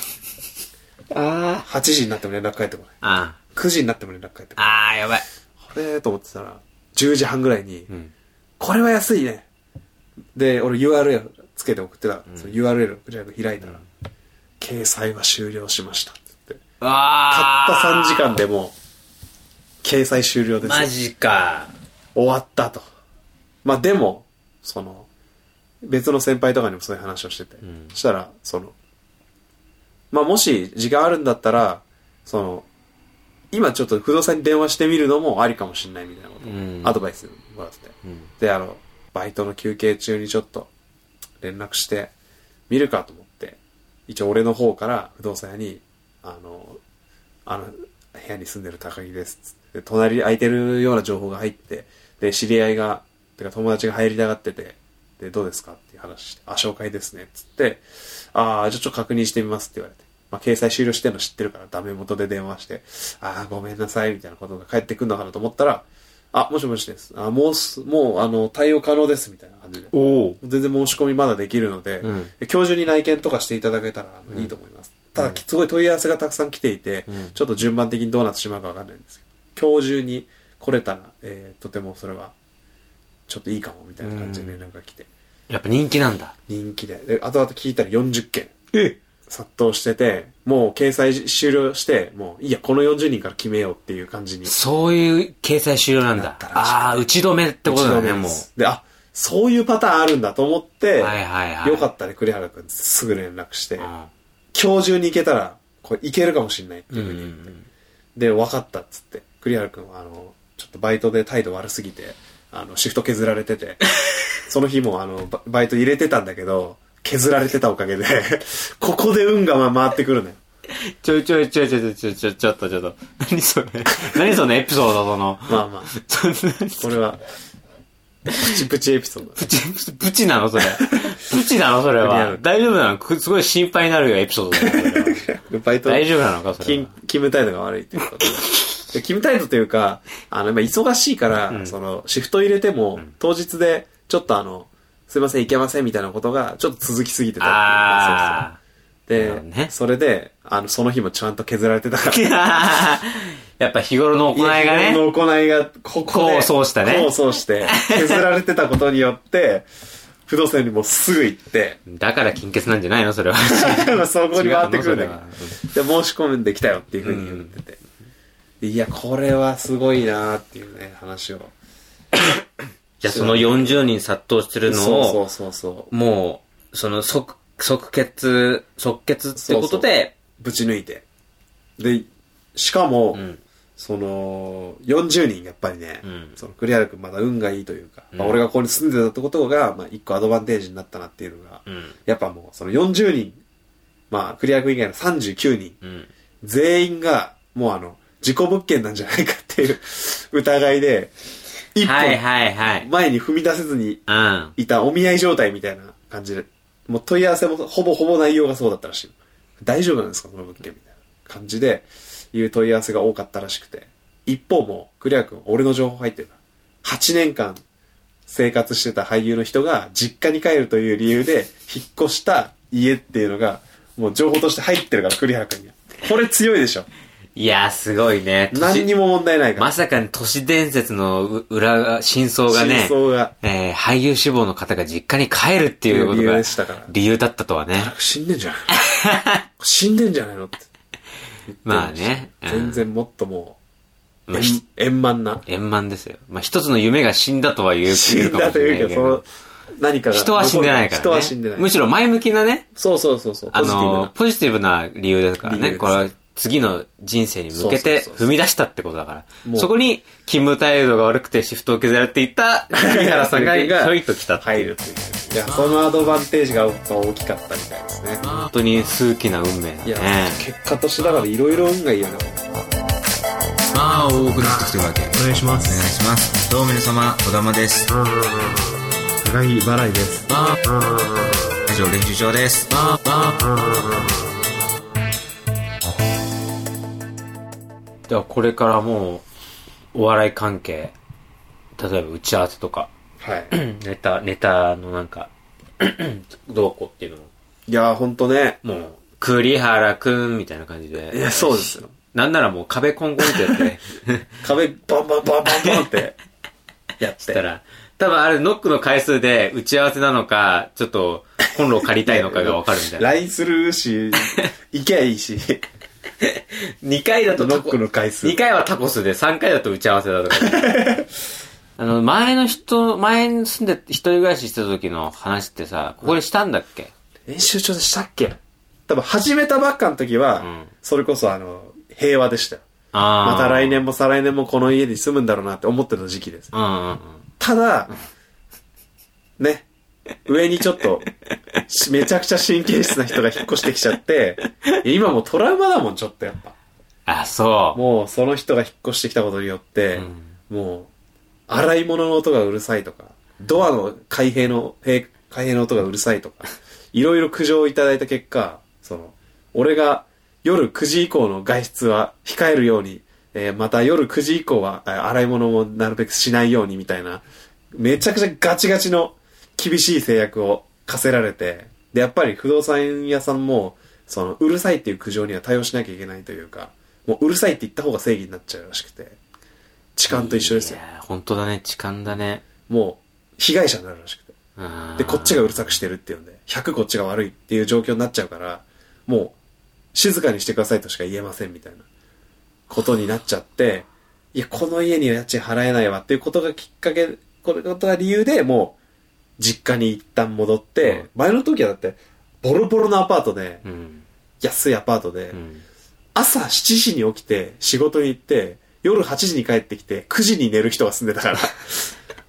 [SPEAKER 1] あ
[SPEAKER 2] 8時になっても連絡返ってこない。
[SPEAKER 1] あ。
[SPEAKER 2] 9時になっても連絡返ってこない。
[SPEAKER 1] ああ、やばい。
[SPEAKER 2] あれと思ってたら、10時半ぐらいに、
[SPEAKER 1] うん。
[SPEAKER 2] これは安いね。で、俺 URL つけて送ってた。その URL を栗原君開いたら、掲載は終了しましたって言って。
[SPEAKER 1] あ
[SPEAKER 2] た
[SPEAKER 1] あ。
[SPEAKER 2] った3時間でもう、掲載終了です。
[SPEAKER 1] マジか。
[SPEAKER 2] 終わったと。まあでも、その、別の先輩とかにもそういう話をしてて、
[SPEAKER 1] ん
[SPEAKER 2] そしたら、その、まあもし時間あるんだったら、その、今ちょっと不動産に電話してみるのもありかもしれないみたいなこと、
[SPEAKER 1] うん
[SPEAKER 2] アドバイスもらって。
[SPEAKER 1] うん
[SPEAKER 2] で、あの、バイトの休憩中にちょっと連絡して見るかと思って、一応俺の方から不動産屋に、あの、あの、部屋に住んでる高木ですっつって。で隣空いてるような情報が入って、で、知り合いが、てか友達が入りたがってて、で、どうですかっていう話して、あ、紹介ですね、っつって、ああ、じゃあちょっと確認してみますって言われて。まあ、掲載終了してるの知ってるから、ダメ元で電話して、ああ、ごめんなさい、みたいなことが返ってくるのかなと思ったら、あ、もしもしです。あ、もうす、もう、あの、対応可能です、みたいな感じで。
[SPEAKER 1] おお
[SPEAKER 2] 全然申し込みまだできるので、
[SPEAKER 1] うん
[SPEAKER 2] 今日中に内見とかしていただけたらあのいいと思います。ただ、すごい問い合わせがたくさん来ていて、
[SPEAKER 1] うん
[SPEAKER 2] ちょっと順番的にどうなってしまうかわかんないんですけど、今日中に来れたら、えーとてもそれは、ちょっといいかも、みたいな感じで連絡が来て、
[SPEAKER 1] やっぱ人気なんだ。
[SPEAKER 2] 人気で。で、後々聞いたら40件。
[SPEAKER 1] え
[SPEAKER 2] 殺到してて、もう掲載終了して、もう、いいや、この40人から決めようっていう感じに。
[SPEAKER 1] そういう掲載終了なんだ。
[SPEAKER 2] たらしい
[SPEAKER 1] ああ、打ち止めってことだね、
[SPEAKER 2] 一度目で
[SPEAKER 1] もう。
[SPEAKER 2] すで、あ、そういうパターンあるんだと思って、
[SPEAKER 1] はいはいはい。
[SPEAKER 2] よかったね、栗原くん。すぐ連絡して、
[SPEAKER 1] うん
[SPEAKER 2] 今日中に行けたら、これ行けるかもしれないっていうふうに言って。で、分かったっつって、栗原くんは、あの、ちょっとバイトで態度悪すぎて、あの、シフト削られ てて、その日も、あの、ババイト入れてたんだけど、削られてたおかげで、 ここで運がま回ってくるのよ。
[SPEAKER 1] ちょいちょいちょいちょいちょいちょいちょっとちょっと。何それ。何そのエピソードその。
[SPEAKER 2] まあまあ、
[SPEAKER 1] ちょ何
[SPEAKER 2] これは、プチプチエピソード。
[SPEAKER 1] プチ、プチなの それ。プチなのそれ
[SPEAKER 2] プチな
[SPEAKER 1] は。
[SPEAKER 2] の
[SPEAKER 1] 大丈夫なのくすごい心配になるよ、エピソードだよそれは
[SPEAKER 2] バイト、
[SPEAKER 1] 大丈夫なのかそれ
[SPEAKER 2] 勤
[SPEAKER 1] は。
[SPEAKER 2] 勤務態度が悪いということで。で勤務態度というか、あの、今忙しいから、その、シフト入れても、当日で、ちょっとあの、すいません、行けませんみたいなことが、ちょっと続きすぎてたってい
[SPEAKER 1] あなる
[SPEAKER 2] うで、
[SPEAKER 1] ほどね
[SPEAKER 2] それで、あの、その日もちゃんと削られてたから。
[SPEAKER 1] あ。 やっぱ日頃の行いが
[SPEAKER 2] 日
[SPEAKER 1] ね。
[SPEAKER 2] 本の行いが、ここ
[SPEAKER 1] 功
[SPEAKER 2] で。
[SPEAKER 1] を奏したね
[SPEAKER 2] 功を奏して、削られてたことによって、不動産にもすぐ行って、
[SPEAKER 1] だから金欠なんじゃないのそれは。
[SPEAKER 2] そこに回ってくるんだ
[SPEAKER 1] 違うの
[SPEAKER 2] けど。で、申し込んできたよっていうふうに言ってて。でいや、これはすごいなーっていうね、話を。
[SPEAKER 1] じゃあその40人殺到してるのを。
[SPEAKER 2] そうそうそうそう。
[SPEAKER 1] もう、その即、即決、即決ってことで、
[SPEAKER 2] ぶち抜いて。で、しかも、
[SPEAKER 1] うん
[SPEAKER 2] その、40人やっぱりね、
[SPEAKER 1] うん
[SPEAKER 2] その栗原くんまだ運がいいというか、
[SPEAKER 1] うん
[SPEAKER 2] まあ、俺がここに住んでたってことが、まあ一個アドバンテージになったなっていうのが、
[SPEAKER 1] うん
[SPEAKER 2] やっぱもうその40人、まあ栗原くん以外の39人、
[SPEAKER 1] うん。
[SPEAKER 2] 全員が、もうあの、事故物件なんじゃないかっていう疑いで、一
[SPEAKER 1] はい
[SPEAKER 2] 歩
[SPEAKER 1] はいはい。
[SPEAKER 2] 前に踏み出せずに
[SPEAKER 1] うん。
[SPEAKER 2] いたお見合い状態みたいな感じで、もう問い合わせもほぼほぼ内容がそうだったらしい。大丈夫なんですかこの物件みたいな感じで、いう問い合わせが多かったらしくて。一方も、栗原君、俺の情報入ってるな。8年間生活してた俳優の人が実家に帰るという理由で引っ越した家っていうのが、もう情報として入ってるから、栗原君には。これ強いでしょ。
[SPEAKER 1] いやー、すごいね。都市
[SPEAKER 2] 何にも問題ないから。
[SPEAKER 1] まさかに都市伝説のう裏が、真相がね
[SPEAKER 2] 真、相が。
[SPEAKER 1] えー、俳優志望の方が実家に帰るっていうこと
[SPEAKER 2] 理由
[SPEAKER 1] が
[SPEAKER 2] でしたから、
[SPEAKER 1] 理由だったとはね。
[SPEAKER 2] 死んでん じゃない死んでんじゃないのって。
[SPEAKER 1] まあね。うん
[SPEAKER 2] 全。然もっともう、
[SPEAKER 1] まあひ
[SPEAKER 2] 円円満な。
[SPEAKER 1] 円満ですよ。まあ、一つの夢が死んだとは言う
[SPEAKER 2] 死んだというか、その、何かが。
[SPEAKER 1] 人は死んでないからね。
[SPEAKER 2] 人は死んでない。
[SPEAKER 1] むしろ前向きなね、
[SPEAKER 2] そうそうそうそう。
[SPEAKER 1] あ
[SPEAKER 2] ポジティブ
[SPEAKER 1] の、
[SPEAKER 2] な。
[SPEAKER 1] ポジティブな理由ですから
[SPEAKER 2] 理由
[SPEAKER 1] ね。
[SPEAKER 2] です
[SPEAKER 1] これは次の人生に向けて
[SPEAKER 2] そうそうそうそう
[SPEAKER 1] 踏み出したってことだか
[SPEAKER 2] も
[SPEAKER 1] ら。
[SPEAKER 2] う
[SPEAKER 1] そこに勤務態度が悪くてシフトを削られていた栗原さんが
[SPEAKER 2] 栗原さん
[SPEAKER 1] ひ
[SPEAKER 2] が
[SPEAKER 1] ょいと来たって
[SPEAKER 2] 入
[SPEAKER 1] い
[SPEAKER 2] る
[SPEAKER 1] う
[SPEAKER 2] っ。ていう。いや、そのアドバンテージが大きかったみたいですね。
[SPEAKER 1] 本当に数奇な運命だ
[SPEAKER 2] いや
[SPEAKER 1] ね。、
[SPEAKER 2] 結果としてだからいろいろ運がいいよね。
[SPEAKER 3] まあ多くなってきてるわけお願いしますお願いしますどうも皆様小玉です高木払いです以上練習場です
[SPEAKER 1] ではこれからもう、お笑い関係、例えば打ち合わせとか、
[SPEAKER 2] はい。
[SPEAKER 1] ネタ、ネタのなんか、 どうこうっていうのも、
[SPEAKER 2] いや、ほんとね。
[SPEAKER 1] もう、栗原くんみたいな感じ
[SPEAKER 2] い
[SPEAKER 1] で
[SPEAKER 2] や、。そうですよ。
[SPEAKER 1] なんならもう壁コンコンってやって、
[SPEAKER 2] 壁、バンバンバンバンバンって、 やっ
[SPEAKER 1] した
[SPEAKER 2] て。
[SPEAKER 1] ら、多分あれノックの回数で打ち合わせなのか、ちょっとコンロを借りたいのかがわかるみたいな。
[SPEAKER 2] LINE するし、 行けばいいし、
[SPEAKER 1] 2回だと
[SPEAKER 2] ノックの回数。
[SPEAKER 1] 2回はタコスで、3回だと打ち合わせ だとかね。あの、前の人、前に住んで、一人暮らししてた時の話ってさ、ここでしたんだっけ、
[SPEAKER 2] 練習帳でしたっけ多分始めたばっかの時は、
[SPEAKER 1] うん
[SPEAKER 2] それこそあの、平和でしたよ。
[SPEAKER 1] あー
[SPEAKER 2] また来年も再来年もこの家に住むんだろうなって思ってた時期です。
[SPEAKER 1] うんうんうん。
[SPEAKER 2] ただ、ね、上にちょっと、しめちゃくちゃ神経質な人が引っ越してきちゃって、いや今もうトラウマだもん、ちょっとやっぱ。
[SPEAKER 1] あ、そ
[SPEAKER 2] もうその人が引っ越してきたことによって、もう、洗い物の音がうるさいとか、ドアの開閉の、閉開閉の音がうるさいとか、いろいろ苦情をいただいた結果、その、俺が夜9時以降の外出は控えるように、えーまた夜9時以降はえー洗い物もなるべくしないようにみたいな、めちゃくちゃガチガチの厳しい制約を課せられて、で、やっぱり不動産屋さんも、その、うるさいっていう苦情には対応しなきゃいけないというか、もううるさいって言った方が正義になっちゃうらしくて、痴
[SPEAKER 1] う。
[SPEAKER 2] 漢と一緒ですよ
[SPEAKER 1] い。やー本当だね、痴漢だね。
[SPEAKER 2] もう、被害者になるらしくて。
[SPEAKER 1] うん
[SPEAKER 2] で、こっちがうるさくしてるっていうんで、100こっちが悪いっていう状況になっちゃうから、もう、静かにしてくださいとしか言えませんみたいな、ことになっちゃって、いや、この家には家賃払えないわっていうことがきっかけ、これことが理由でもう、実家に一旦戻って、
[SPEAKER 1] うん
[SPEAKER 2] 前の時はだって、ボロボロのアパートで、
[SPEAKER 1] うん。
[SPEAKER 2] 安いアパートで、
[SPEAKER 1] うん。
[SPEAKER 2] 朝7時に起きて仕事に行って夜8時に帰ってきて9時に寝る人が住んで たから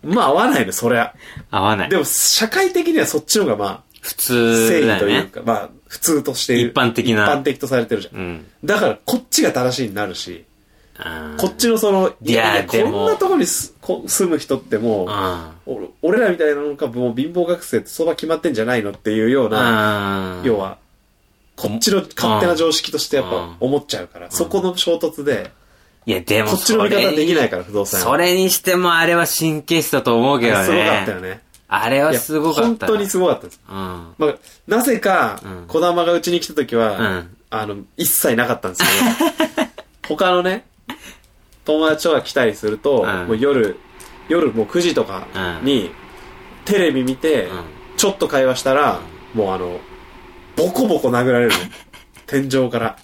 [SPEAKER 2] まあ合わないのそりゃ
[SPEAKER 1] 合わない。
[SPEAKER 2] でも社会的にはそっちの方がま
[SPEAKER 1] 普
[SPEAKER 2] あ正
[SPEAKER 1] 通だ
[SPEAKER 2] 義と
[SPEAKER 1] よ
[SPEAKER 2] いう
[SPEAKER 1] ね。
[SPEAKER 2] か、まあ普通として
[SPEAKER 1] 一般的な
[SPEAKER 2] 一般的とされてるじゃん、
[SPEAKER 1] うん。
[SPEAKER 2] だからこっちが正しいになるし
[SPEAKER 1] あー
[SPEAKER 2] こっちのその
[SPEAKER 1] いや
[SPEAKER 2] こ
[SPEAKER 1] でも
[SPEAKER 2] んなとこにすこ住む人ってもう
[SPEAKER 1] あ
[SPEAKER 2] 俺俺らみたいなのかもう貧乏学生ってそば決まってんじゃないのっていうよう
[SPEAKER 1] ー
[SPEAKER 2] な
[SPEAKER 1] あー。
[SPEAKER 2] 要は、こっちの勝手な常識としてやっぱ思っちゃうから、そこの衝突で、
[SPEAKER 1] いや、でも
[SPEAKER 2] こっちの
[SPEAKER 1] そ
[SPEAKER 2] 見
[SPEAKER 1] れ
[SPEAKER 2] 方できない
[SPEAKER 1] ら。
[SPEAKER 2] から、不動産
[SPEAKER 1] それにしてもあれは神経質だと思うけどね。
[SPEAKER 2] すごかったよ。ね。
[SPEAKER 1] あれはすごかった。
[SPEAKER 2] いや本当にすごかったです。
[SPEAKER 1] うん。
[SPEAKER 2] まあ、なぜか
[SPEAKER 1] うん、
[SPEAKER 2] 児玉がうちに来た時は、
[SPEAKER 1] うん
[SPEAKER 2] あの、一切なかったんですけど、 他のね、友達とか来たりすると、
[SPEAKER 1] うん
[SPEAKER 2] もう夜、夜もう9時とかに、テレビ見て、
[SPEAKER 1] うん
[SPEAKER 2] ちょっと会話したら、もうあの、ボコボコ殴られる の。天井から。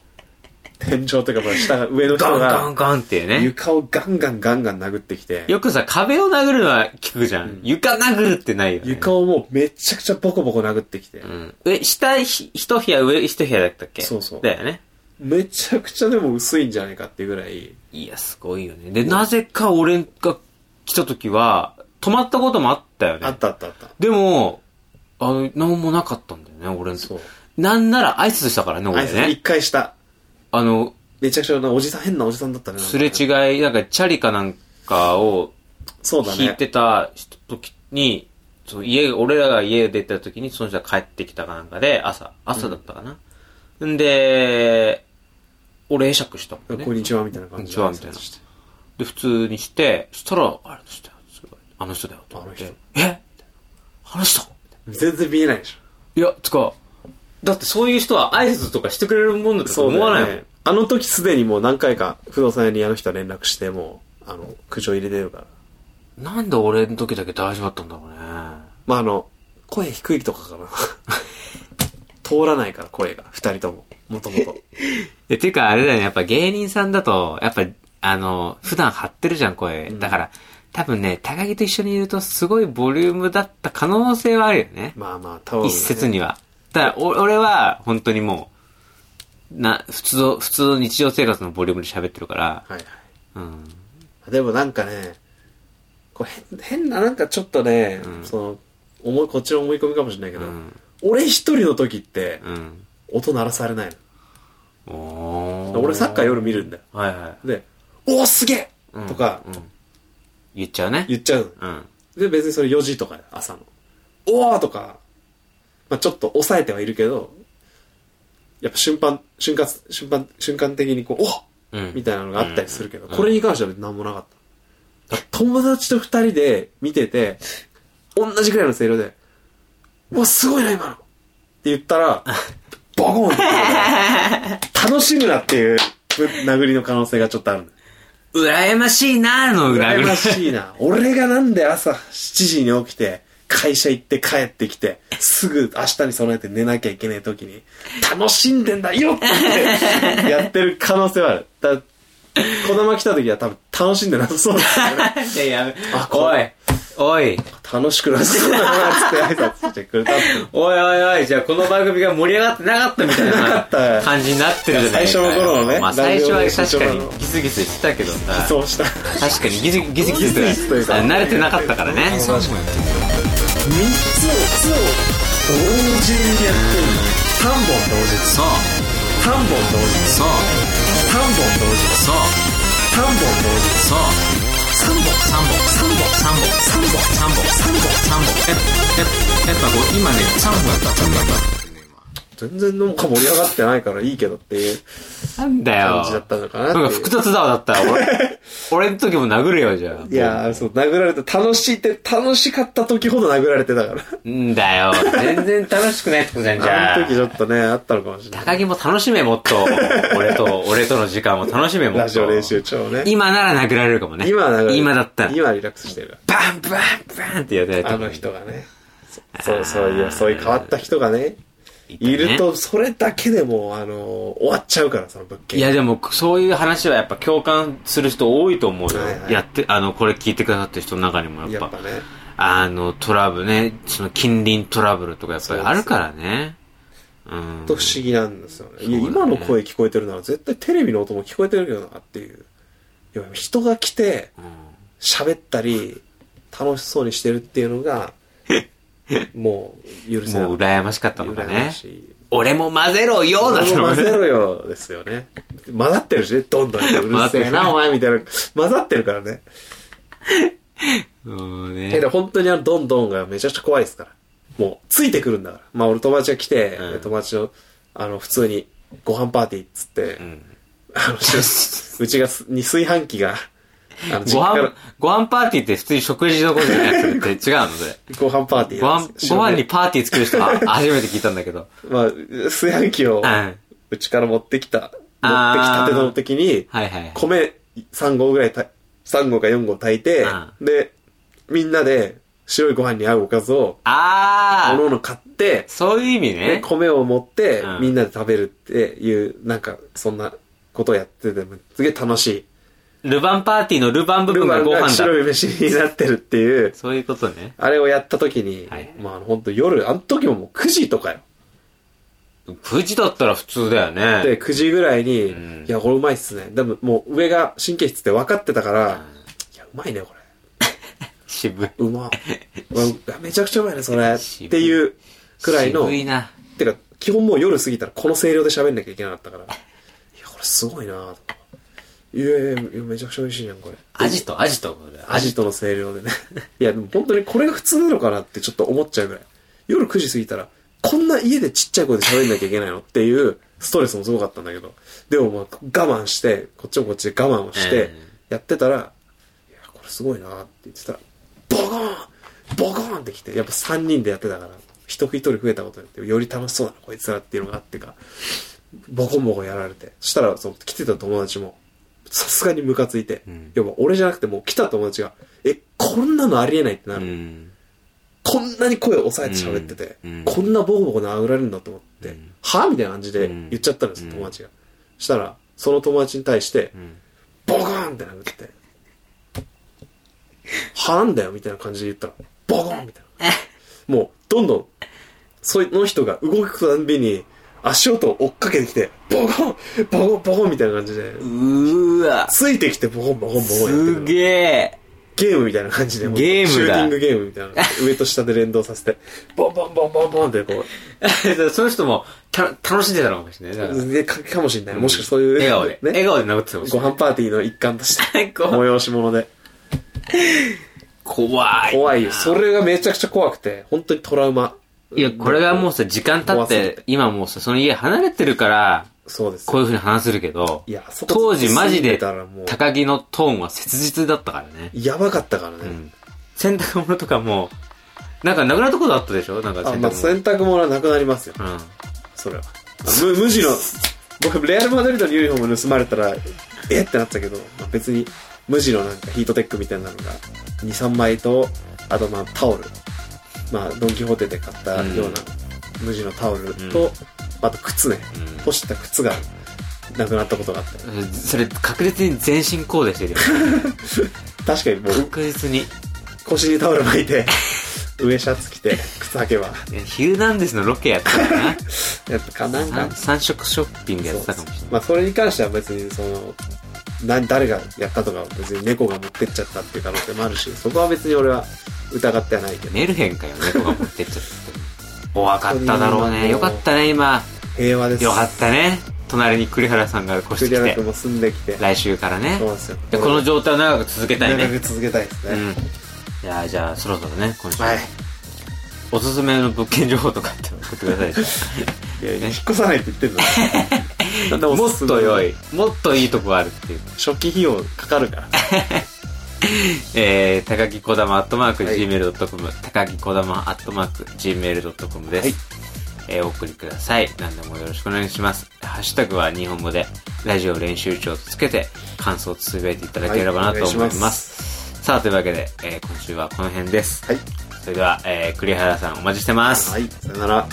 [SPEAKER 2] 天井というか、まあ下が、上の
[SPEAKER 1] ガ
[SPEAKER 2] 人
[SPEAKER 1] ンガン
[SPEAKER 2] が、
[SPEAKER 1] ガンっていうね。
[SPEAKER 2] 床をガンガンガンガン殴ってきて、
[SPEAKER 1] よくさ、壁を殴るのは聞くじゃん。床殴るってないよね。
[SPEAKER 2] 床をもうめちゃくちゃボコボコ殴ってきて
[SPEAKER 1] う、ん。上、下ひ一部屋、上一部屋だったっけ
[SPEAKER 2] そうそう
[SPEAKER 1] だよね。
[SPEAKER 2] めちゃくちゃでも薄いんじゃないかっていうぐらい、
[SPEAKER 1] いや、すごいよね。で、なぜか俺が来た時は、泊まったこともあったよ
[SPEAKER 2] あ
[SPEAKER 1] ね
[SPEAKER 2] っ。たあったあった。
[SPEAKER 1] でも、あの、なんもなかったんだよね、俺のとこ
[SPEAKER 2] そう。
[SPEAKER 1] なんなら挨拶したからね、
[SPEAKER 2] あ
[SPEAKER 1] 俺
[SPEAKER 2] いつ一
[SPEAKER 1] ね。
[SPEAKER 2] 回した。
[SPEAKER 1] あの、
[SPEAKER 2] めちゃくちゃなおじさん、変なおじさんだったね。なんか
[SPEAKER 1] すれ違い、なんかチャリかなんかを
[SPEAKER 2] そうだね。
[SPEAKER 1] 引いてた人時に、その家、俺らが家を出た時にその人が帰ってきたかなんかで、朝、朝だったかな。んで、俺会釈したもんね。
[SPEAKER 2] こんにちはみたいな感じで。
[SPEAKER 1] こんにちはみたいなで、普通にして、そしたら、あれの人だよ、すごいあの人だよ、と思って。
[SPEAKER 2] あ
[SPEAKER 1] え
[SPEAKER 2] の
[SPEAKER 1] みたいなあの人
[SPEAKER 2] 全然見えないでし
[SPEAKER 1] いや、つか、だってそういう人は挨拶とかしてくれるもんだ
[SPEAKER 2] ょ。
[SPEAKER 1] と思わないもん。
[SPEAKER 2] ね。あの時すでにもう何回か不動産屋にあの人は連絡して、もう、あの、苦情入れてるから。
[SPEAKER 1] なんで俺の時だけ大丈夫だったんだろうね。
[SPEAKER 2] まあ、あの、声低いとかかな。 通らないから声が、二人とも。もとも と。
[SPEAKER 1] え、ていうかあれだよね、やっぱ芸人さんだと、やっぱ、あの、普段張ってるじゃん、声。だから、多分ね、高木と一緒にいるとすごいボリュームだった可能性はあるよね。
[SPEAKER 2] まあまあ、多分、ね。
[SPEAKER 1] 一説には。ただお俺は、本当にもう、な、普通の、普通の日常生活のボリュームで喋ってるから、
[SPEAKER 2] はいはい。
[SPEAKER 1] うん。
[SPEAKER 2] でもなんかね、こう変変な、なんかちょっとね、
[SPEAKER 1] うん
[SPEAKER 2] その、思い、こっちの思い込みかもしれないけ
[SPEAKER 1] う
[SPEAKER 2] ど、
[SPEAKER 1] ん。
[SPEAKER 2] 俺一人の時って、
[SPEAKER 1] うん。
[SPEAKER 2] 音鳴らされない
[SPEAKER 1] お
[SPEAKER 2] の。俺サッカー
[SPEAKER 1] よ。
[SPEAKER 2] 夜見るんだよ。
[SPEAKER 1] はいはい。
[SPEAKER 2] で、おーすげえ、
[SPEAKER 1] うん
[SPEAKER 2] とか
[SPEAKER 1] うん言っちゃうね。
[SPEAKER 2] 言っちゃう
[SPEAKER 1] うん。
[SPEAKER 2] の。で、別にそれ4時とか朝の。おーとか、まあちょっと抑えてはいるけど、やっぱ瞬間、瞬間、瞬間、瞬間的にこう、おっ
[SPEAKER 1] うん。
[SPEAKER 2] みたいなのがあったりするけど、
[SPEAKER 1] うん
[SPEAKER 2] これに関しては別に何もなかった。だ友達と二人で見てて、同じくらいの声量で、うわ、すごいな、今のって言っ たら、ボコーンって楽しむなっていうぶ殴りの可能性がちょっとあるんだよ。
[SPEAKER 1] 羨ましいなーの裏
[SPEAKER 2] 羨
[SPEAKER 1] ぐ
[SPEAKER 2] ま
[SPEAKER 1] らい。
[SPEAKER 2] しいな。俺がなんで朝7時に起きて、会社行って帰ってきて、すぐ明日に備えて寝なきゃいけない時に、楽しんでんだよってやってる可能性はある。だ 子供来た時は多分楽しんでなさそうですよね。
[SPEAKER 1] いやいや
[SPEAKER 2] あ、
[SPEAKER 1] おい、おい、
[SPEAKER 2] 楽しくなそうだな、つって挨拶してくれたっていう。
[SPEAKER 1] おいおいおい、じゃあこの番組が盛り上がってなかったみたい
[SPEAKER 2] かった
[SPEAKER 1] な感じになってるじゃない
[SPEAKER 2] 最初の頃のね
[SPEAKER 1] まあ最初は確か
[SPEAKER 2] ラジオの
[SPEAKER 1] にギスギスしてたけどさ、
[SPEAKER 2] そうした。
[SPEAKER 1] 確かにギスギスギス
[SPEAKER 2] ギスギスという
[SPEAKER 1] して
[SPEAKER 2] か
[SPEAKER 1] た。慣れてなかったからね。
[SPEAKER 3] 3時もやってる
[SPEAKER 2] 3つを、同時にやってる。3本同時。3本同時。3本同時。3本同時。
[SPEAKER 3] そうそうそうそう3本3本3本3本3本3本3本ええやっぱこう今ね3本やった3本やったってね今
[SPEAKER 2] 全然なんか盛り上がってないからいいけどっていう
[SPEAKER 1] なんだよ
[SPEAKER 2] 感じだっ。たのかな
[SPEAKER 1] なんか
[SPEAKER 2] っていう
[SPEAKER 1] 複雑だわ、だ ったら俺。俺の時も殴るよ、じゃあ。
[SPEAKER 2] いやー、そう、殴られて、楽しいって、楽しかった時ほど殴られてたから。
[SPEAKER 1] んだよ。全然楽しくないってことじゃん、じゃ
[SPEAKER 2] あの時ちょ
[SPEAKER 1] あ。
[SPEAKER 2] っとね、あったのかもしれない。
[SPEAKER 1] 高木も楽しめ、もっと。俺と、俺との時間も楽しめ、もっと。
[SPEAKER 2] ラジオ練習帳ね。
[SPEAKER 1] 今なら殴られるかもね。
[SPEAKER 2] 今殴られて
[SPEAKER 1] 今だったら。
[SPEAKER 2] 今リラックスしてる。
[SPEAKER 1] バンバンバンってやられた
[SPEAKER 2] あの人がね。そう、そういう、そういう変わった人がね、いる
[SPEAKER 1] ね
[SPEAKER 2] と、それだけでもう、あのー、終わっちゃうから、その物件。
[SPEAKER 1] いやでもそういう話はやっぱ共感する人多いと思うよ、
[SPEAKER 2] はいはい
[SPEAKER 1] やってあのこれ聞いてくださってる人の中にもやっぱ
[SPEAKER 2] やっぱね。
[SPEAKER 1] あのトラブルねその近隣トラブルとかやっぱり
[SPEAKER 2] そうです
[SPEAKER 1] あるからねうん
[SPEAKER 2] と不思議なんですよね。いや、
[SPEAKER 1] そうだね
[SPEAKER 2] 今の声聞こえてるなら絶対テレビの音も聞こえてるけどなっていう。いや人が来て、喋ったり、楽しそうにしてるっていう のが、もう許せない。
[SPEAKER 1] もう羨ましかったのか
[SPEAKER 2] 羨
[SPEAKER 1] ね
[SPEAKER 2] ましい
[SPEAKER 1] 俺も混ぜろよだった
[SPEAKER 2] 俺も
[SPEAKER 1] の
[SPEAKER 2] 混ぜ
[SPEAKER 1] ね
[SPEAKER 2] ろよですよね。混ざってるしね、どんどん。う
[SPEAKER 1] 混ざ
[SPEAKER 2] る
[SPEAKER 1] っ
[SPEAKER 2] せ
[SPEAKER 1] て
[SPEAKER 2] え
[SPEAKER 1] る
[SPEAKER 2] な、お前みたいな。混ざってるからね。
[SPEAKER 1] うん
[SPEAKER 2] え、
[SPEAKER 1] ね
[SPEAKER 2] で、本当にあの、どんどんがめちゃくちゃ怖いですから。もう、ついてくるんだから。まあ、俺友達が来て、
[SPEAKER 1] うん
[SPEAKER 2] 友達の、あの、普通に、ご飯パーティーっつって、
[SPEAKER 1] ん
[SPEAKER 2] あ の、しうちがす、に炊飯器が、あの、
[SPEAKER 1] ご
[SPEAKER 2] 実家から
[SPEAKER 1] 飯、ご飯パーティーって普通に食事のことじゃなくて違うのそれ
[SPEAKER 2] ご飯パーティー
[SPEAKER 1] ご
[SPEAKER 2] なん
[SPEAKER 1] 飯
[SPEAKER 2] です
[SPEAKER 1] ご
[SPEAKER 2] よ
[SPEAKER 1] 飯にパーティー作る人 は初めて聞いたんだけど
[SPEAKER 2] まあ、炊飯器を
[SPEAKER 1] うん、はい
[SPEAKER 2] うちから持ってきた、持ってき
[SPEAKER 1] あ
[SPEAKER 2] た
[SPEAKER 1] ー
[SPEAKER 2] ての時に、
[SPEAKER 1] はい
[SPEAKER 2] 米3合ぐらいた、3合か4合炊いて、
[SPEAKER 1] う
[SPEAKER 2] で、みんなで白いご飯に合うおかずを、お
[SPEAKER 1] あ
[SPEAKER 2] の
[SPEAKER 1] あ
[SPEAKER 2] おの買って、
[SPEAKER 1] そういう意味
[SPEAKER 2] で、
[SPEAKER 1] ね
[SPEAKER 2] 米を持って
[SPEAKER 1] う、ん
[SPEAKER 2] みんなで食べるっていう、なんか、そんなことをやってて、すげえ楽しい。
[SPEAKER 1] ルバンパーティーのルバン部
[SPEAKER 2] ル
[SPEAKER 1] 分
[SPEAKER 2] マ
[SPEAKER 1] が
[SPEAKER 2] ン
[SPEAKER 1] ご
[SPEAKER 2] が
[SPEAKER 1] 飯だ。
[SPEAKER 2] 白い飯になってるっていう、
[SPEAKER 1] そういうことね。
[SPEAKER 2] あれをやった時に
[SPEAKER 1] はい、
[SPEAKER 2] まあ、ほんと夜、あの時ももう9時とかよ。
[SPEAKER 1] 9時だったら普通だよね。
[SPEAKER 2] で、9時ぐらいに、
[SPEAKER 1] うん
[SPEAKER 2] いや、これうまいっすね。でも、もう上が神経質って分かってたから、いや、うまいね、これ。
[SPEAKER 1] 渋い。
[SPEAKER 2] うまっうわめちゃくちゃうまいねそれ
[SPEAKER 1] 渋い
[SPEAKER 2] っていうくらいの
[SPEAKER 1] 渋いな。
[SPEAKER 2] てか基本もう夜過ぎたらこの声量で喋んなきゃいけなかったからいやこれすごいなとかいやいやいやめちゃくちゃ美味しいじゃんこれ
[SPEAKER 1] アジト、アジト。
[SPEAKER 2] アジトの声量でねいやでも本当にこれが普通なのかなってちょっと思っちゃうぐらい夜9時過ぎたらこんな家でちっちゃい声で喋んなきゃいけないのっていうストレスもすごかったんだけどでもまあ我慢してこっちもこっちで我慢をし
[SPEAKER 1] う
[SPEAKER 2] て
[SPEAKER 1] ん
[SPEAKER 2] やってたら、いやこれすごいなって言ってたらボコーンボコーンってきてやっぱ3人でやってたから人一人増えたことによってより楽しそうだなこいつらっていうのがあってかボコンボコンやられてそしたらその来てた友達もさすがにムカついて、
[SPEAKER 1] うん
[SPEAKER 2] 要は俺じゃなくてもう来た友達がえこんなのありえないってな
[SPEAKER 1] う
[SPEAKER 2] る、
[SPEAKER 1] ん。
[SPEAKER 2] こんなに声を抑えて喋ってて、
[SPEAKER 1] うんうん
[SPEAKER 2] こんなボコボコ殴られるんだと思って、
[SPEAKER 1] うん
[SPEAKER 2] はみたいな感じで言っちゃったんですよ、
[SPEAKER 1] うん
[SPEAKER 2] 友達がしたらその友達に対して、
[SPEAKER 1] ん
[SPEAKER 2] ボコーンって殴って「はなんだよ」みたいな感じで言ったらボコーンみたいなもうどんどんその人が動くたんびに足音を追っかけてきてボコンボコンボコンみたいな感じで
[SPEAKER 1] うーわ。
[SPEAKER 2] ついてきてボコンボコンボコンやってく
[SPEAKER 1] す
[SPEAKER 2] る
[SPEAKER 1] げえ。
[SPEAKER 2] ゲームみたいな感じで、もう
[SPEAKER 1] ゲームだ
[SPEAKER 2] シューティングゲームみたい な。上と下で連動させて、ボンボンボンボンボンってこ
[SPEAKER 1] その人もた楽しんでたのかもしれない。だから
[SPEAKER 2] う、でかかもしれない。もしくはそういう、
[SPEAKER 1] 笑顔で。笑
[SPEAKER 2] ね、
[SPEAKER 1] 顔で殴ってたかもし
[SPEAKER 2] ご
[SPEAKER 1] れない。、
[SPEAKER 2] 飯パーティーの一環として
[SPEAKER 1] ご飯
[SPEAKER 2] 催し物で。
[SPEAKER 1] 怖い。
[SPEAKER 2] 怖いよ。それがめちゃくちゃ怖くて、本当にトラウマ。
[SPEAKER 1] いや、これがもうさ、時間経
[SPEAKER 2] 怖
[SPEAKER 1] っ
[SPEAKER 2] すぎて
[SPEAKER 1] て、今もうさ、その家離れてるから、
[SPEAKER 2] そうです。
[SPEAKER 1] こういう風に話せるけど
[SPEAKER 2] いやそ、こ
[SPEAKER 1] 当時マジ
[SPEAKER 2] 住んで
[SPEAKER 1] で
[SPEAKER 2] たらもう、
[SPEAKER 1] 高木のトーンは切実だったからね。
[SPEAKER 2] やばかったから
[SPEAKER 1] う
[SPEAKER 2] ね。
[SPEAKER 1] ん洗濯物とかも、なんかなくなったことあったでしょなんか
[SPEAKER 2] あ、
[SPEAKER 1] 洗
[SPEAKER 2] まあ
[SPEAKER 1] 濯
[SPEAKER 2] 洗濯物はなくなりますよ。
[SPEAKER 1] 物。うん。
[SPEAKER 2] それは。あ無無地の、僕、レアル・マドリードのユニフォーム盗まれたら、えってなったけど、まあ別に、無地のなんかヒートテックみたいなのが、2、3枚と、あとまあタオル。まあ、ドン・キホーテで買ったよう
[SPEAKER 1] うん
[SPEAKER 2] な、無地のタオル
[SPEAKER 1] う
[SPEAKER 2] と、あと靴ね。
[SPEAKER 1] うん
[SPEAKER 2] 干した靴が、なくなったことがあって。
[SPEAKER 1] それ確実に全身コーデしてるよ
[SPEAKER 2] 確かにもう、
[SPEAKER 1] 確実に
[SPEAKER 2] 腰にタオル巻いて、上シャツ着て、靴履けば。
[SPEAKER 1] ねヒューナンデスのロケやったかな
[SPEAKER 2] やっぱか、なんか
[SPEAKER 1] 三、三色ショッピングやってたかもしれない。
[SPEAKER 2] まあ、それに関しては別に、その、な誰がやったとかは別に猫が持ってっちゃったっていう可能性もあるし、そこは別に俺は疑ってはないけど、
[SPEAKER 1] メルヘンかよ、猫が持ってっちゃった。怖かっただろうね。よかったね、今。
[SPEAKER 2] 平和です。
[SPEAKER 1] よかったね。隣に栗原さんが越して
[SPEAKER 2] 栗
[SPEAKER 1] き
[SPEAKER 2] 原君
[SPEAKER 1] て、
[SPEAKER 2] も住んできて、
[SPEAKER 1] 来週からね
[SPEAKER 2] そう。なんですよ。
[SPEAKER 1] でこの状態を長く続けたい
[SPEAKER 2] 長
[SPEAKER 1] ね
[SPEAKER 2] く。続けたいですね。
[SPEAKER 1] うん。いやじゃあ、そろそろね、今週、
[SPEAKER 2] はい。
[SPEAKER 1] おすすめの物件情報とかって送ってください。
[SPEAKER 2] いや、引っ越さないって 言ってんのなんでお
[SPEAKER 1] も
[SPEAKER 2] す
[SPEAKER 1] っ
[SPEAKER 2] すめ
[SPEAKER 1] と良い、もっといいとこあるって いう。
[SPEAKER 2] 初期費用かかるから。
[SPEAKER 1] えー、高木こだまアットマーク
[SPEAKER 2] はい
[SPEAKER 1] Gmail.com、高木こだまアットマーク Gmail.com です。
[SPEAKER 2] はい
[SPEAKER 1] えー、お送りください。何でもよろしくお願いします。ハッシュタグは日本語で、ラジオ練習帳とつけて、感想をつぶやいていただければなと思い
[SPEAKER 2] はいお願
[SPEAKER 1] ま
[SPEAKER 2] い
[SPEAKER 1] す。
[SPEAKER 2] します
[SPEAKER 1] さあ、というわけで、えー今週はこの辺です。
[SPEAKER 2] はい。
[SPEAKER 1] それでは、えー栗原さんお待ちしてます。
[SPEAKER 2] はい、さよなら。